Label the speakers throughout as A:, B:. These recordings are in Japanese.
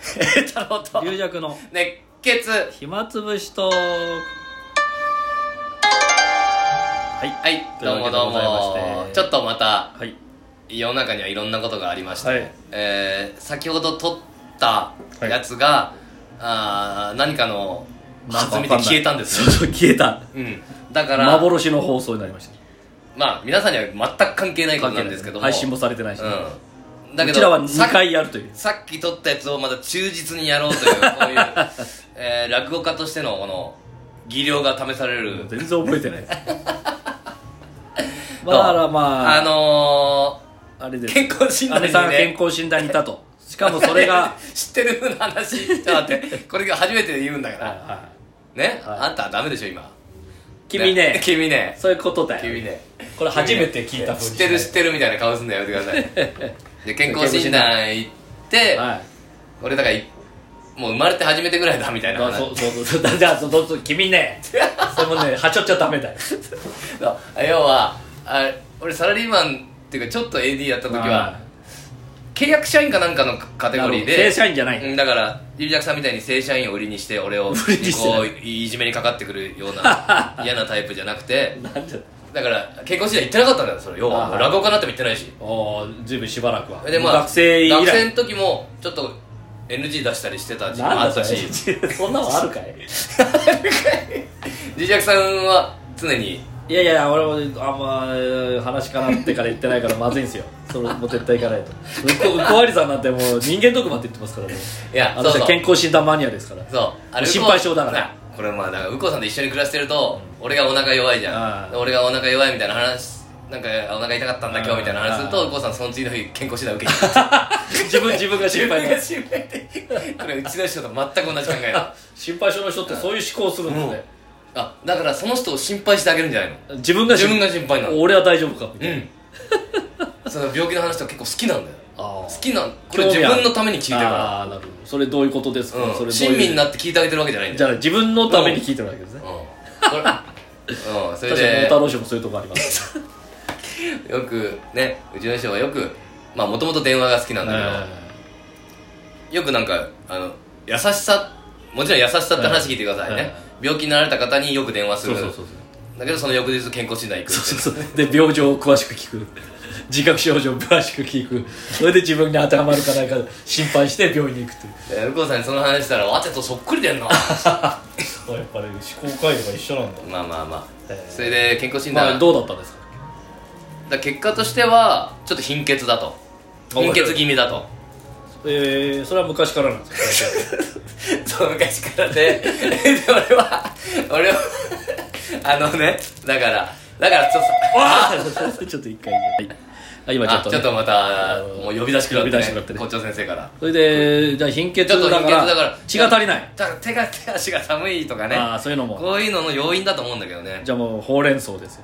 A: 慶太郎と
B: 龍弱の
A: 熱血
B: 暇つぶしとはい
A: はいどうもどう
B: というわ
A: も
B: けでございまして
A: ちょっとまた
B: はい
A: 世の中にはいろんなことがありまして、
B: はい
A: えー先ほど撮ったやつが、あー何かの
B: なんかわか
A: 弾み
B: んな
A: で
B: い
A: 消えたんです
B: そ
A: よ、
B: うそう消えた
A: うん、だから
B: 幻の放送になりました
A: まあ皆さんには全く関係ないことなんですけども
B: 配信もされてないし、
A: うん、だけど
B: こちらは
A: さ
B: 2回やるという
A: さっき撮ったやつをまだ忠実にやろうというこ ういう、えー落語家としてのこの技量が試される
B: 全然覚え てないまあだからまあ
A: あの
B: あれで
A: ー、
B: す
A: 健康診断
B: 姉
A: に
B: さんが健
A: ね
B: 康診断にいたとしかも それが
A: 知ってる風な話ちょっと待ってこれが初めて言うんだか
B: はい
A: ら
B: は
A: ね、
B: はい
A: あんたダメでしょ今
B: い君ね
A: 君ね
B: そういうことだよ
A: 君ね
B: これ初めて聞いた
A: 知っ
B: 風に
A: てる知
B: し
A: っ
B: な
A: てるみたいな顔すんだよやめてください で健康診断行って、
B: いはい
A: 俺だからいもう生まれて初めてぐらいだみたいな
B: だ
A: 話
B: そうそうそうだじゃあそうそうそう 君ねそれもねはちょっちゃダメだよ
A: そう要はあ俺サラリーマンっていうかちょっと AD やった時は契約社員かなんかのカテゴリーで
B: なるほど正社員じゃない
A: うんだからゆりやくさんみたいに正社員を売りにして俺をこ
B: 売りにしてないう
A: いいじめにかかってくるよう な嫌なタイプじゃなくて
B: なんじゃ
A: だから結婚式は行ってなかったんだよそれ要は
B: ああ
A: 落語家になっても行ってないし
B: おーずいぶんしばらくは
A: でまあ
B: 学生以来
A: 学生の時もちょっと NG 出したりしてた時期も
B: な
A: あ
B: ん
A: った
B: だそ
A: し
B: れ そんなのあるかい
A: ゆりやくさんは常に
B: いやいや俺もあんまえー話かなってから言ってないからまずいんですよそれもう絶対行かないとうこうこわりさんなんてもう人間特番って言ってますからね
A: いや
B: 私
A: そうそ
B: は
A: う
B: 健康診断マニアですから
A: そうあれ
B: 心配性だから
A: なこれまあだから右近さんと一緒に暮らしてると、俺がお腹弱いじゃ
B: あ
A: ん
B: あ
A: で俺がお腹弱いみたいな話なんかお腹痛かったんだ今日みたいな話する
B: あ
A: と
B: あ
A: 右近さんその次の日健康診断受けに行っ
B: 自分自分が心配
A: て
B: だ
A: 心配 でこれうちの人と全く同じ考えだ
B: 心配性の人ってそういう思考をするんですね、
A: あだからその人を心配してあげるんじゃないの
B: 自分が
A: 自分が心配なの
B: 俺は大丈夫かみたいな、
A: うん その病気の話とか結構好きなんだよ
B: あ
A: 好
B: ー
A: きなんこれ自分のために聞いてるか
B: あーなるほどそれどういうことです
A: ら、
B: か、そ
A: うん、
B: れ
A: 親身にな
B: っ
A: っ
B: て
A: て聞いてあげてるわけじゃないん
B: じ
A: だ
B: ゃあ
A: よ
B: 自分のために聞いてるわけですね、
A: うんこれうんそれ
B: 確かに
A: で
B: 桃太郎氏もそういうとこあります
A: よくねうちの師匠はよくまあもともと電話が好きなんだけど、よくなんかあの優しさもちろん優しさって話聞いてくださいね、
B: はいはい
A: 病気になられた方によく電話す
B: そう
A: る
B: そうそうそう
A: だけどその翌日健康診断行くって
B: そうそう そうで病状を詳しく聞く自覚症状を詳しく聞くそれで自分に当てはまるかないか心配して病院に行くという
A: で向こうさんにその話したらわてとそっくり でんな
B: あやっぱり思考回路が一緒なんだ、
A: まあまあまあ
B: え
A: それで健康診
B: ーま
A: 断、
B: あ、どうだったんですか
A: だ結果としてはちょっと貧血だと貧血気味だと
B: えー、それは昔からなんですよ
A: そう昔からでで俺は俺はあのねだからだからちょっと
B: ちょっと一回、はい、あ今ちょっ
A: あ
B: と,、
A: ちょっとまたもう呼び出してくらって
B: 呼び出してもらって
A: ね
B: ね
A: 校長先生から
B: それでじゃあ貧血
A: ちょ
B: だ
A: っ
B: か
A: と
B: ら
A: 貧血だから
B: 血が足りない
A: だから手が手足が寒いとかね
B: ああそういうのも
A: こういうのの要因だと思うんだけどね
B: じゃあもうほうれん草で すよ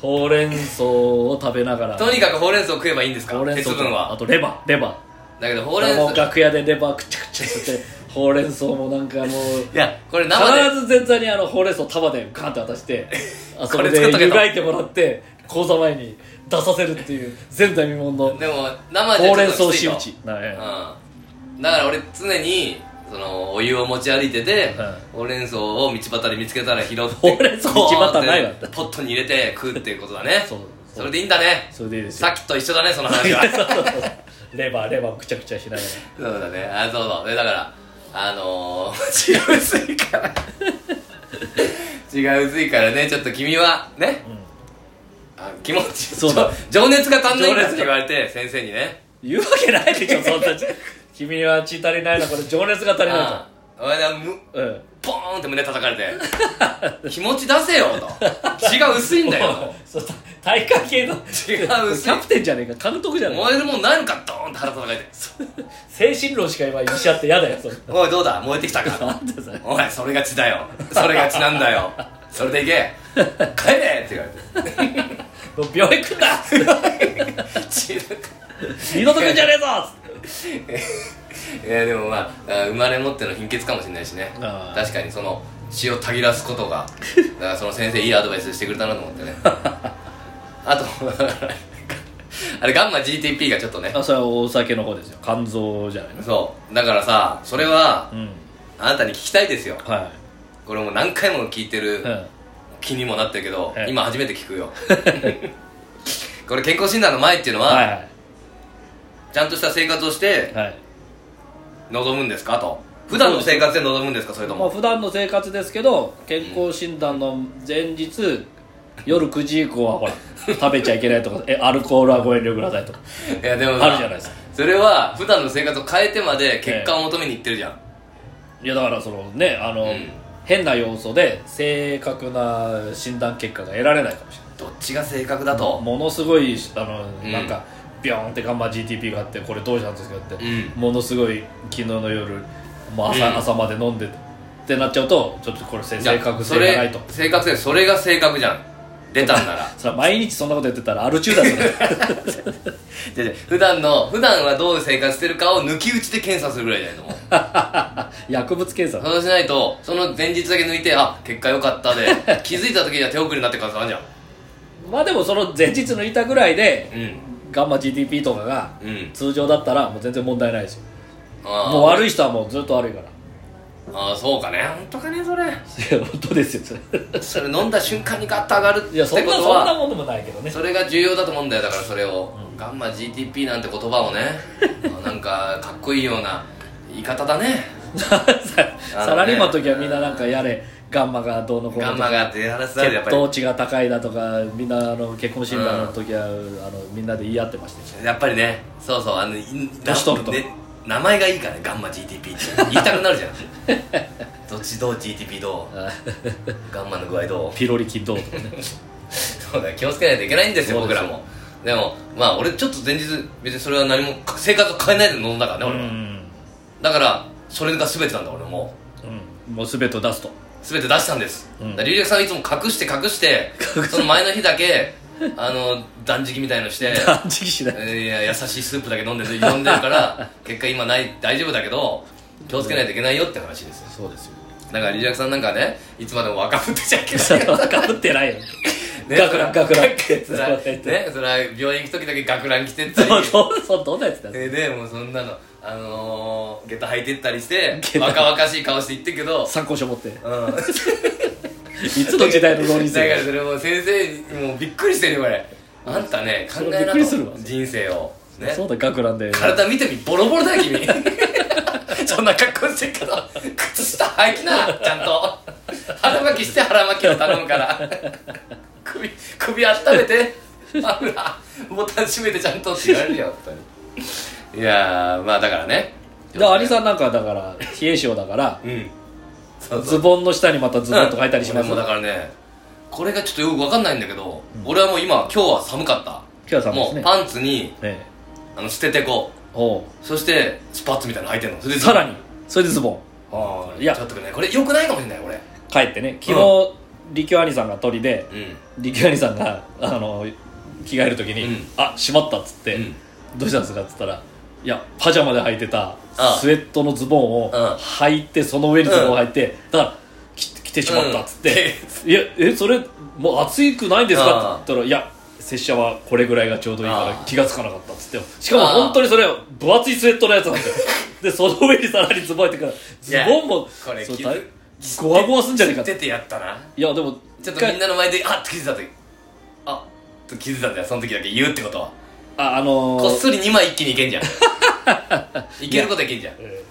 B: ほうれん草を食べながら
A: とにかくほうれん草食えばいいんですか
B: ほうれん草
A: 鉄
B: と
A: 分
B: あ
A: は
B: とレバーレバー
A: だけどほうれん
B: もう
A: 草
B: 楽屋でレバーくちゃくちゃしててほうれん草もなんかもう
A: いやこれ生で
B: 必ず全座にあのほうれん草束でガンって渡して あそこ
A: これ作っとけ
B: で
A: と
B: 湯がいてもらって講座前に出させるっていう前代未聞のほ
A: でも生で
B: うれん
A: ちょっと
B: 草
A: きつい
B: 仕
A: と
B: 打ちなえ
A: うんだから俺常にそのお湯を持ち歩いてて、
B: は
A: ほうれん草を道端で見つけたら拾って
B: ほうれん草道端ないわ
A: こうやってポットに入れて食うっていうことだね
B: そう
A: それでいいんだね
B: それでいいですよ
A: さっきと一緒だねその話 は
B: レバーレバーをくちゃくちゃしながら
A: そうだねあそうそうでだからあのー、 違う薄いから違う薄いからねちょっと君はね、あ気持ち
B: そうだ
A: ちょ情熱が足んないんだって
B: 情熱が
A: 言われて先生にね
B: 言うわけないでしょそんな 君は血足りないなこれ情熱が足りない
A: ああ俺はむ
B: とうん
A: ポーンって胸叩かれて気持ち出せよと血が薄いんだよ
B: そう体感系の
A: 違
B: キ
A: う
B: ャプテンじゃねえか監督じゃ
A: と
B: ねえか
A: 燃えるもんなんかドーンって腹叩かれて
B: 精神論しか今医者って嫌だよそれ
A: おいどうだ燃えてきた
B: な
A: か
B: んだそれ
A: おいそれが血だよそれが血なんだよそれでいけ帰れって言われて
B: もう病院来んな
A: 血なんか
B: 二度と来んじゃねえぞ
A: いやでもまああー生まれ持っての貧血かもしれないしね
B: あー
A: 確かにその血をたぎらすこと がだ からその先生いいアドバイスしてくれたなと思ってね あとだからあれガンマ GTP がちょっとね
B: あそれはお酒の方ですよ肝臓じゃないの
A: そうだからさそれは
B: うん
A: あなたに聞きたいですよ
B: は
A: これもう何回も聞いてる
B: い、うん
A: 気にもなってるけど
B: ええ
A: 今初めて聞くよ これ健康診断の前っていうのは、
B: はいは
A: ちゃんとした生活をして
B: いはい
A: 望むんですかと普段の生活で望むんですかそれと
B: まあ
A: も
B: 普段の生活ですけど健康診断の前日、夜9時以降はほら食べちゃいけないとかえアルコールはご遠慮くださいとか
A: いやでも
B: あるじゃないですか
A: それは普段の生活を変えてまで結果を求めに行ってるじゃん、
B: いやだからそのねあの、
A: うん
B: 変な要素で正確な診断結果が得られないかもしれない
A: どっちが正確だと、
B: ものすごいあの、
A: うん
B: なんかビョーンってガンマ GTP があってこれどうしたんですかって、
A: うん
B: ものすごい昨日の夜、まあ朝
A: うん
B: 朝まで飲んでってなっちゃうとちょっとこれ正
A: じゃあ
B: 正確
A: そ
B: 性がな
A: れ
B: いと
A: 正確性それが正確じゃん出たん なら
B: それ毎日そんなこと言ってたらアル 中だよね
A: じゃあじゃあ普段の普段はどう生活してるかを抜き打ちで検査するぐらいじゃないと思う
B: 薬物検査
A: そうしないとその前日だけ抜いてあ結果良かった で気づいた時には手遅れになってるからさあんじゃん
B: まあでもその前日抜いたぐらいで
A: うん
B: ガンマ GTP とかが
A: うん
B: 通常だったらもう全然問題ないですよ
A: あ
B: もう
A: ー
B: 悪い人はもうずっと悪いから
A: あーそうかね本当かねそれ
B: いや本当ですよそれ
A: それ飲んだ瞬間にガッと上がるっ
B: いやそ
A: て
B: ん
A: こ
B: な
A: と
B: そんな
A: は
B: もんでもないけどね
A: それが重要だと思うんだよだからそれを、ガンマ GTP なんて言葉をね あなんかかっこいいような言い方だね
B: さ
A: あのね
B: サラリーマンの時はみんななんかやれガンマがどうのこう
A: ガ
B: のと
A: ン
B: か
A: マが出られてたらやっ
B: 血
A: ぱり
B: 糖値が高いだとかみんなあの結婚診断の時は、あのみんなで言い合ってましたよ
A: やっぱりねそうそうあのい
B: 年取ると
A: ね名前がいいからねガンマ GTP って言いたくな るじゃんどっちどう GTP どう
B: あ
A: ガンマの具合どう
B: ピロリ菌どうとかね
A: そうだよ気をつけないといけないんですよ
B: そう
A: 僕
B: です
A: ら
B: よ
A: もでもまあ俺ちょっと前日別にそれは何もか生活を変えないで飲んだからね
B: う
A: 俺は、
B: ん、
A: だからそれが全てなんだ俺も
B: うん、もう全てを出すと
A: 全て出したんです、
B: うん
A: だから龍尺さんはいつも隠して隠してその前の日だけあの断食みたいの して
B: 断食しない
A: いや優しいスープだけ飲んでる飲んでるから結果今ない大丈夫だけど気をつけないといけないよって話ですよ
B: そうですよ
A: だからリラクさんなんかねいつまでも若ぶってちゃいけない
B: それはかぶってないよ、
A: ね
B: 学ラン学ラン
A: それはねそれは病院行く時だけ学ラン着てったり
B: そうそうそう どんなやつだよ
A: えーでもうそんなのあのー、下駄履いてったりして
B: 下駄
A: 若々しい顔して言ってるけど
B: 参考書持ってい
A: うん
B: つの時代の浪人
A: だか
B: 生だ
A: ら
B: よ
A: それもう先生にもうびっくりしてるよこれあんたね考
B: それ
A: えな
B: びっ
A: と
B: くりするわ
A: 人生をね
B: そうだ学ランで
A: 体見てみボロボロだよ君 そんな格好してるけど靴下履きなちゃんと腹巻きして腹巻きを頼むから首首温めてあらボタン閉めてちゃんとって言われるよ本当にいやーまあだからね
B: だからアリさんなんかだから冷え性だから
A: うんそうそう
B: ズボンの下にまたズボンとか履いたりします
A: うん俺もだからねこれがちょっとよく分かんないんだけど、俺はもう今今日は寒かった
B: 今日は寒いです
A: も
B: ね
A: うパンツに
B: ね
A: あの捨ててこう
B: おう
A: そしてスパッツみたいなの履いてるのそれで
B: さらにそれでズボン
A: ああ
B: い
A: い
B: や
A: やちょっとねこれよくないかもしれない俺
B: 帰ってね昨日、力兄さんが鳥で
A: うん
B: 力兄さんがあの着替える時に「
A: うん
B: あしまった」っつって、
A: うん
B: どうしたんですか?」っつったら「いやパジャマで履いてた
A: ああ
B: スウェットのズボンを
A: うん
B: 履いてその上にズボンを履いて、だから着着てしまった」っつって「いやえそれもう暑くないんです
A: あ
B: か?」
A: あ
B: って言ったら「いや拙者はこれぐらいがちょうどいいか
A: あ
B: ら
A: あ
B: 気がつかなかった」っつってしかも
A: ああ
B: 本当にそれは分厚いスウェットのやつなんだよでその上にさらにズボン入ってからズボンも
A: これ
B: そう
A: 傷
B: 大ゴワゴワすんじゃねえかって
A: 出てやったない
B: やでも
A: ちょっとみんなの前であっと気づいた時あっと気づいたんだよその時だけ言うってことは
B: ああのー
A: こっそり2枚一気にいけんじゃん いけることはいけんじゃん
B: え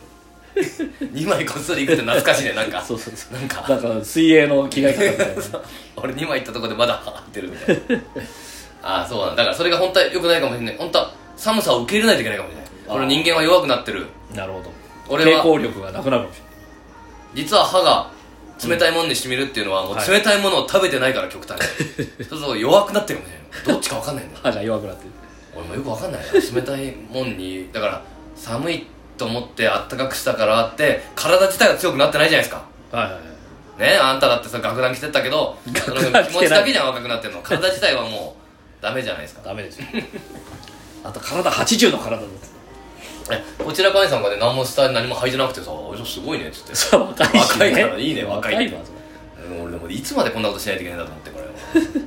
A: 2枚こっそりいくって懐かしいねなんか
B: ーそうそうそう
A: なんか
B: だから水泳の着替え方みたいな
A: 俺2枚行ったとこでまだ入ってるみたいな ああそうなんだだからそれが本当はよくないかもしれない本当は寒さを受け入れないといけないかもしれない
B: あー
A: 俺人間は弱くなってる
B: なるほど
A: 俺は
B: 抵抗力がなくなるかもし
A: 実は歯が冷たいものにしみるっていうのはもう
B: はい
A: 冷たいものを食べてないから極端 にそうすると弱くなってるもんねどっちか分かんないんだよ
B: れない歯が弱くなってる
A: 俺もよく分かんないな冷たいもんにだから寒いと思ってあったかくしたからって体自体が強くなってないじゃないですか
B: はいはいはい
A: ねあんただってさ楽団着てったけどその
B: 楽団着てない
A: 気持ちだけじゃ若くなってるの体自体はもうダメじゃないですか
B: ダメですよあと体80の体です
A: えこちらかいさんがね何も下に何も履いてなくてさあすごいねっつって
B: そう若いし、ね、
A: 若いからいいね若い
B: 若いわそ
A: うん 俺でもいつまでこんなことしないといけないんだと思ってこれは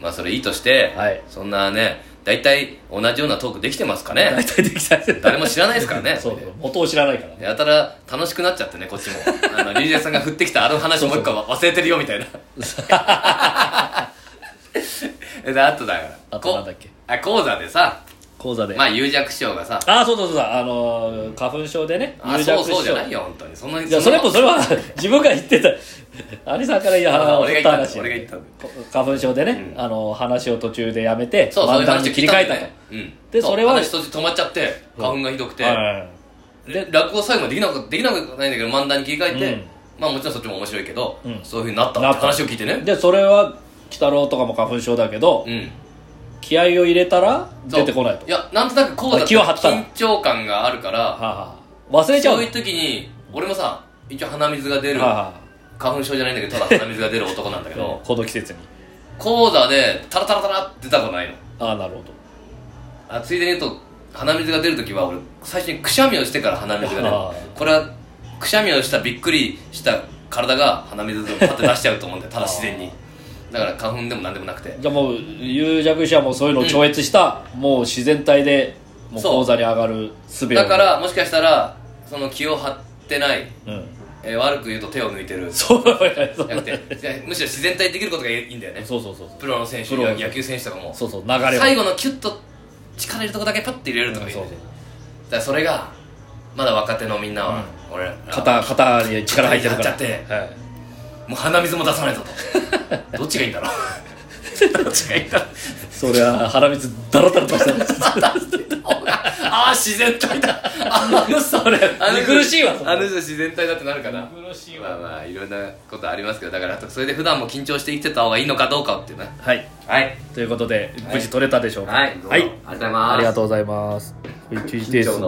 A: まあそれいいとして、
B: はい
A: そんなね大体同じようなトークできてますか
B: 大
A: ね
B: 体できた
A: 誰も知らないですからね
B: そう元を知らないからね
A: やたら楽しくなっちゃってねこっちもあのリリアさんが振ってきたあの 話もう一個忘れてるよみたいな であとだから
B: あとなんだっけ
A: こあ講座でさ
B: 講座で、
A: まあ有弱師匠がさ
B: ああそうだそうだあのー花粉症でね
A: あ
B: 有
A: そ
B: 弱
A: う
B: 視
A: そうじゃない
B: 症
A: よ本当にそんなに
B: いやそれもそ
A: れ
B: れは自分が言ってた有さんからいや
A: あ俺が言ったんだ
B: 話
A: 俺が言ったんだ
B: こ花粉症でね、
A: うん
B: あの話を途中でやめて
A: そうそういう
B: 談
A: 話
B: に
A: を
B: 切
A: 聞い
B: り
A: た
B: 替
A: ん
B: え
A: だ
B: たと
A: よねうん
B: でそれは
A: 話途中止まっちゃって花粉がひどくて、
B: はい
A: で落語最後までできなくできなくないんだけど漫談に切り替えて、
B: うん
A: まあもちろんそっちも面白いけど、
B: うん
A: そういうふうになった
B: な
A: っ
B: ってた
A: 話を聞いてね
B: でそれは鬼太郎とかも花粉症だけど、
A: うん
B: 気合を入れたら
A: そう
B: 出てこないと
A: いやなんとなくこうだ
B: 気を張ったら
A: 緊張感があるから
B: はあはあ忘れちゃう
A: そういう時に俺もさ一応鼻水が出る
B: はあは
A: 花粉症じゃないんだけどただ鼻水が出る男なんだけ
B: あ
A: ど
B: この季節に
A: 講座でタラタラタラって出たことないの
B: ああなるほど
A: あついでに言うと鼻水が出る時は俺最初にくしゃみをしてから鼻水が出る
B: あー
A: これはくしゃみをしたびっくりした体が鼻水をパッて出しちゃうと思うんだよただ自然にだから花粉でも何でもなくて
B: じゃあもう有弱者もそういうのを超越した、もう自然体でもう
A: そう
B: 講座に上がる術を
A: だからもしかしたらその気を張ってない、
B: うん
A: えー悪く言うと手を抜いてる
B: そうそう
A: じゃなくていやむしろ自然体できることがいいんだよね
B: そうそうそう
A: プロの選手
B: プロ
A: や
B: の
A: 野球選手とかも
B: そうそう流れを
A: 最後のキュッと力入れるとこだけパッて入れるとか
B: うん
A: いい
B: そ
A: ね
B: うそう
A: だからそれがまだ若手のみんなは、俺ら
B: 肩肩に力入ってるから
A: やっちゃって
B: はい
A: もう鼻水も出さないぞと どっちがいいんだろ うどっちがいいんだろう
B: そりゃ鼻水ダラダラとした
A: ああ自然体だあのさ
B: それ見苦しいわそれ
A: あの人自然体だってなるから
B: 苦しい
A: まあまあいろんなことありますけどだからそれで普段も緊張して生きてた方がいいのかどうかっていうね
B: はい
A: はい
B: ということで無事取れたでしょうか
A: はい
B: はい
A: どうもありがとうございます
B: ありがとうございます。
A: 緊張の